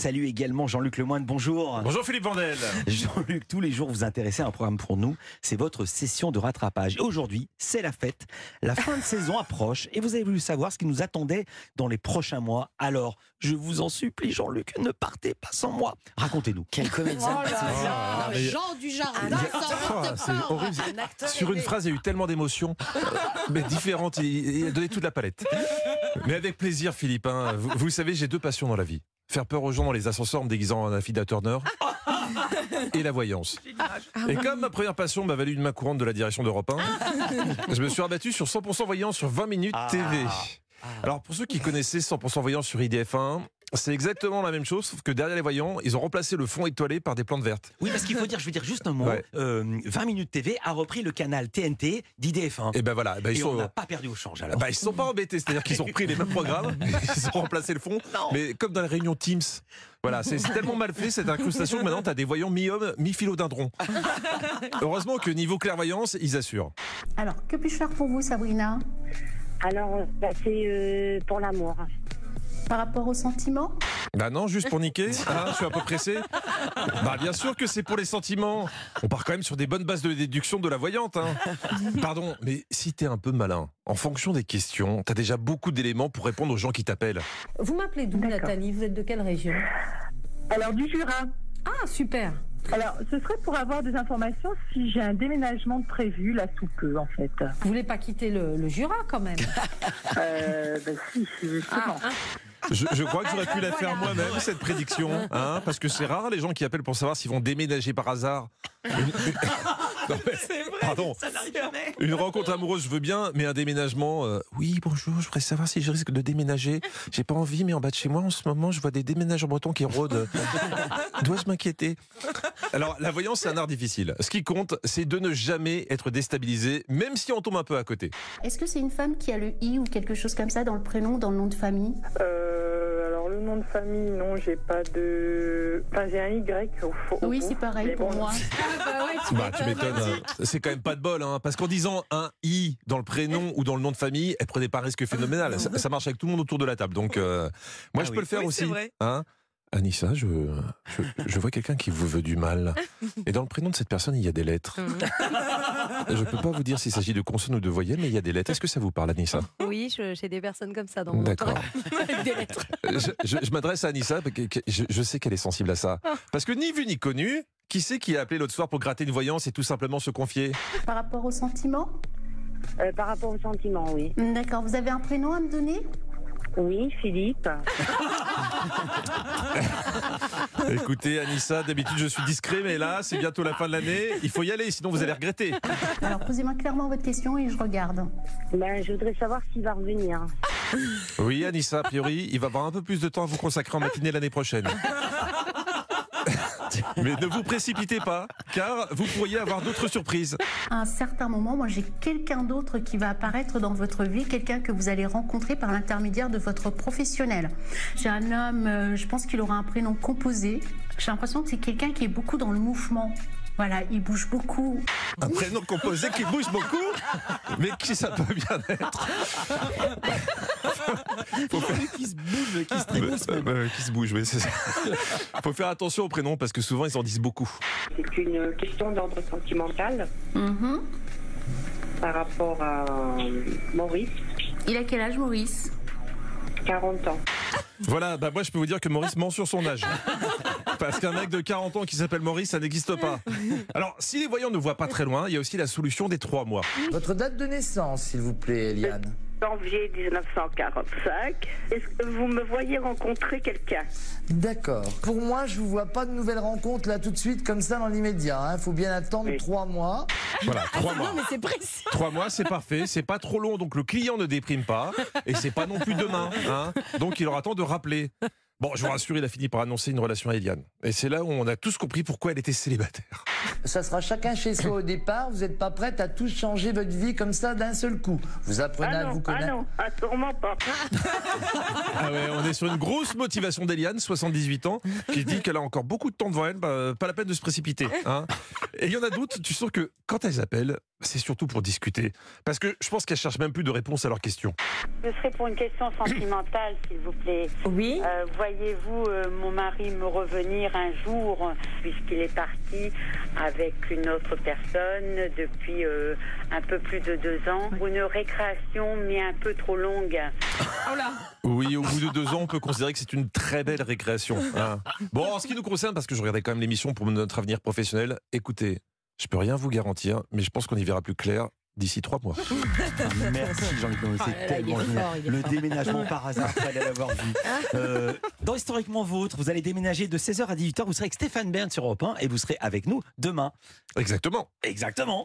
Salut également Jean-Luc Lemoine, bonjour. Bonjour Philippe Vandel. Jean-Luc, tous les jours vous intéressez à un programme pour nous, c'est votre session de rattrapage. Et Aujourd'hui, c'est la fête, la fin de saison approche et vous avez voulu savoir ce qui nous attendait dans les prochains mois. Alors, je vous en supplie Jean-Luc, ne partez pas sans moi. Racontez-nous. Oh Quel Oh comédien Ah, mais- Jean du jardin, Un Oh, c'est horrible. Sur une phrase, il y a eu tellement d'émotions, euh, mais différentes. Il, il a donné toute la palette. Mais avec plaisir, Philippe. hein. Vous, vous savez, j'ai deux passions dans la vie faire peur aux gens dans les ascenseurs en me déguisant en Affida Turner et la voyance. Et comme ma première passion m'a valu une main courante de la direction d'Europe 1, je me suis rabattu sur 100% voyance sur 20 minutes Ah. TV. Ah. Alors pour ceux qui connaissaient 100% voyance sur IDF1, c'est exactement la même chose, sauf que derrière les voyants, ils ont remplacé le fond étoilé par des plantes vertes. Oui, parce qu'il faut dire, je veux dire juste un mot, Ouais. euh, 20 minutes TV a repris le canal TNT d'IDF1 Et ben voilà, eh ben et, ils on sont n'a pas perdu au change Ah alors. Bah, ils se sont pas embêtés, c'est-à-dire qu'ils ont pris les mêmes programmes, ils ont remplacé le fond, Non. mais comme dans les réunions Teams. Voilà, c'est c'est tellement mal fait cette incrustation que maintenant t'as des voyants mi-homme, mi-philodendron. Heureusement que niveau clairvoyance, ils assurent. Alors, que puis-je faire pour vous, Sabrina Alors, bah, c'est euh, pour l'amour. Par rapport aux sentiments Bah non, juste pour niquer, hein, je suis un peu pressé. Bah bien sûr que c'est pour les sentiments. On part quand même sur des bonnes bases de déduction de la voyante. hein. Pardon, mais si t'es un peu malin, en fonction des questions, t'as déjà beaucoup d'éléments pour répondre aux gens qui t'appellent. Vous m'appelez d'où, D'accord. Nathalie Vous êtes de quelle région Alors, du Jura. Ah, super Alors, ce serait pour avoir des informations si j'ai un déménagement de prévu là sous peu, en fait. Vous voulez pas quitter le, le Jura quand même Euh, bah, ben, si, justement. Ah, hein. Je, je crois que j'aurais pu la faire moi-même, cette prédiction. hein, parce que c'est rare les gens qui appellent pour savoir s'ils vont déménager par hasard. c'est vrai, pardon. Une rencontre amoureuse, je veux bien, mais un déménagement. euh, oui, bonjour, je voudrais savoir si je risque de déménager. J'ai pas envie, mais en bas de chez moi, en ce moment, je vois des déménageurs bretons qui rôdent. Dois-je m'inquiéter Alors, la voyance, c'est un art difficile. Ce qui compte, c'est de ne jamais être déstabilisé, même si on tombe un peu à côté. Est-ce que c'est une femme qui a le i ou quelque chose comme ça dans le prénom, dans le nom de famille Euh, alors, le nom de famille, non, j'ai pas de. Enfin, j'ai un Y au fond. Oui, c'est pareil Mhm. Mais pour bon. moi. Bah, Euh, tu m'étonnes. hein. C'est quand même pas de bol, hein, parce qu'en disant un i dans le prénom ou dans le nom de famille, elle prenait pas un risque phénoménal. Ça, ça marche avec tout le monde autour de la table. Donc, euh, moi, Ah je oui. peux le faire Oui, c'est aussi. vrai. Hein Anissa, je, je, je vois quelqu'un qui vous veut du mal. Et dans le prénom de cette personne, il y a des lettres. Mm. Je peux pas vous dire s'il s'agit de consonnes ou de voyelles, mais il y a des lettres. Est-ce que ça vous parle, Anissa Oui, je- j'ai des personnes comme ça dans mon D'accord. entourage. Avec des lettres. Je, je- je m'adresse à Anissa, parce que- que- je, je sais qu'elle est sensible à ça. Ah. Parce que ni vu ni connu, qui c'est qui a appelé l'autre soir pour gratter une voyance et tout simplement se confier Par rapport aux sentiments Euh, par rapport aux sentiments, oui. Hmm, D'accord, vous avez un prénom à me donner Oui, Philippe. Écoutez, Anissa, d'habitude je suis discret, mais là, c'est bientôt la fin de l'année. Il faut y aller, sinon vous allez regretter. Alors, posez-moi clairement votre question et je regarde. Ben, je voudrais savoir s'il va revenir. Oui, Anissa, a priori, il va avoir un peu plus de temps à vous consacrer en matinée l'année prochaine. Mais ne vous précipitez pas, car vous pourriez avoir d'autres surprises. À un certain moment, moi, j'ai quelqu'un d'autre qui va apparaître dans votre vie, quelqu'un que vous allez rencontrer par l'intermédiaire de votre professionnel. J'ai un homme, euh, je pense qu'il aura un prénom composé. J'ai l'impression que c'est quelqu'un qui est beaucoup dans le mouvement. Voilà, il bouge beaucoup. Un prénom composé qui bouge beaucoup, mais qui ça peut bien être qui se bouge, qui se trémousse. Euh, euh, Qui se bouge, oui, c'est ça. Faut faire attention aux prénoms, parce que souvent, ils en disent beaucoup. C'est une question d'ordre sentimental Mhm. par rapport à euh, Maurice, Il a quel âge, Maurice 40 ans. Voilà, bah moi je peux vous dire que Maurice ment sur son âge. Parce qu'un mec de 40 ans qui s'appelle Maurice, ça n'existe pas. Alors, si les voyants ne voient pas très loin, il y a aussi la solution des trois mois. Votre date de naissance, s'il vous plaît, Eliane. Janvier 1945. Est-ce que vous me voyez rencontrer quelqu'un D'accord. Pour moi, je vous vois pas de nouvelles rencontres là tout de suite, comme ça, dans l'immédiat. Il faut bien attendre Oui. trois mois. Voilà, trois mois. Non, mais Ah, c'est précis. Trois mois, c'est parfait, c'est pas trop long, donc le client ne déprime pas, et c'est pas non plus demain. hein. donc il aura temps de rappeler. Bon, je vous rassure, il a fini par annoncer une relation à Eliane. Et c'est là où on a tous compris pourquoi elle était célibataire. Ça sera chacun chez soi au départ. Vous n'êtes pas prête à tout changer votre vie comme ça d'un seul coup. Vous apprenez Ah à vous non, ah connaître. non, ah, sûrement pas. Ah ouais, on est sur une grosse motivation d'Eliane, 78 ans, qui dit qu'elle a encore beaucoup de temps devant elle, bah, pas la peine de se précipiter. hein. Et il y en a d'autres, tu sens que quand elles appellent, c'est surtout pour discuter. Parce que je pense qu'elles cherchent même plus de réponse à leurs questions. Ce serait pour une question sentimentale, s'il vous plaît. Oui. Euh, Voyez-vous euh, mon mari me revenir un jour, puisqu'il est parti avec une autre personne depuis euh, un peu plus de deux ans, pour une récréation, mais un peu trop longue. Oh là Oui, au bout de deux ans, on peut considérer que c'est une très belle récréation. hein. Bon, en ce qui nous concerne, parce que je regardais quand même l'émission pour notre avenir professionnel, écoutez, je peux rien vous garantir, mais je pense qu'on y verra plus clair d'ici trois mois. Merci Jean-Luc Mélenchon, Ah c'est là là, il tellement est génial. fort, il est Le fort. Hein déménagement par hasard, fallait l'avoir vu. Euh, dans Historiquement Vôtre, vous allez déménager de 16h à 18h, vous serez avec Stéphane Bern sur Europe 1 et vous serez avec nous demain. Exactement. Exactement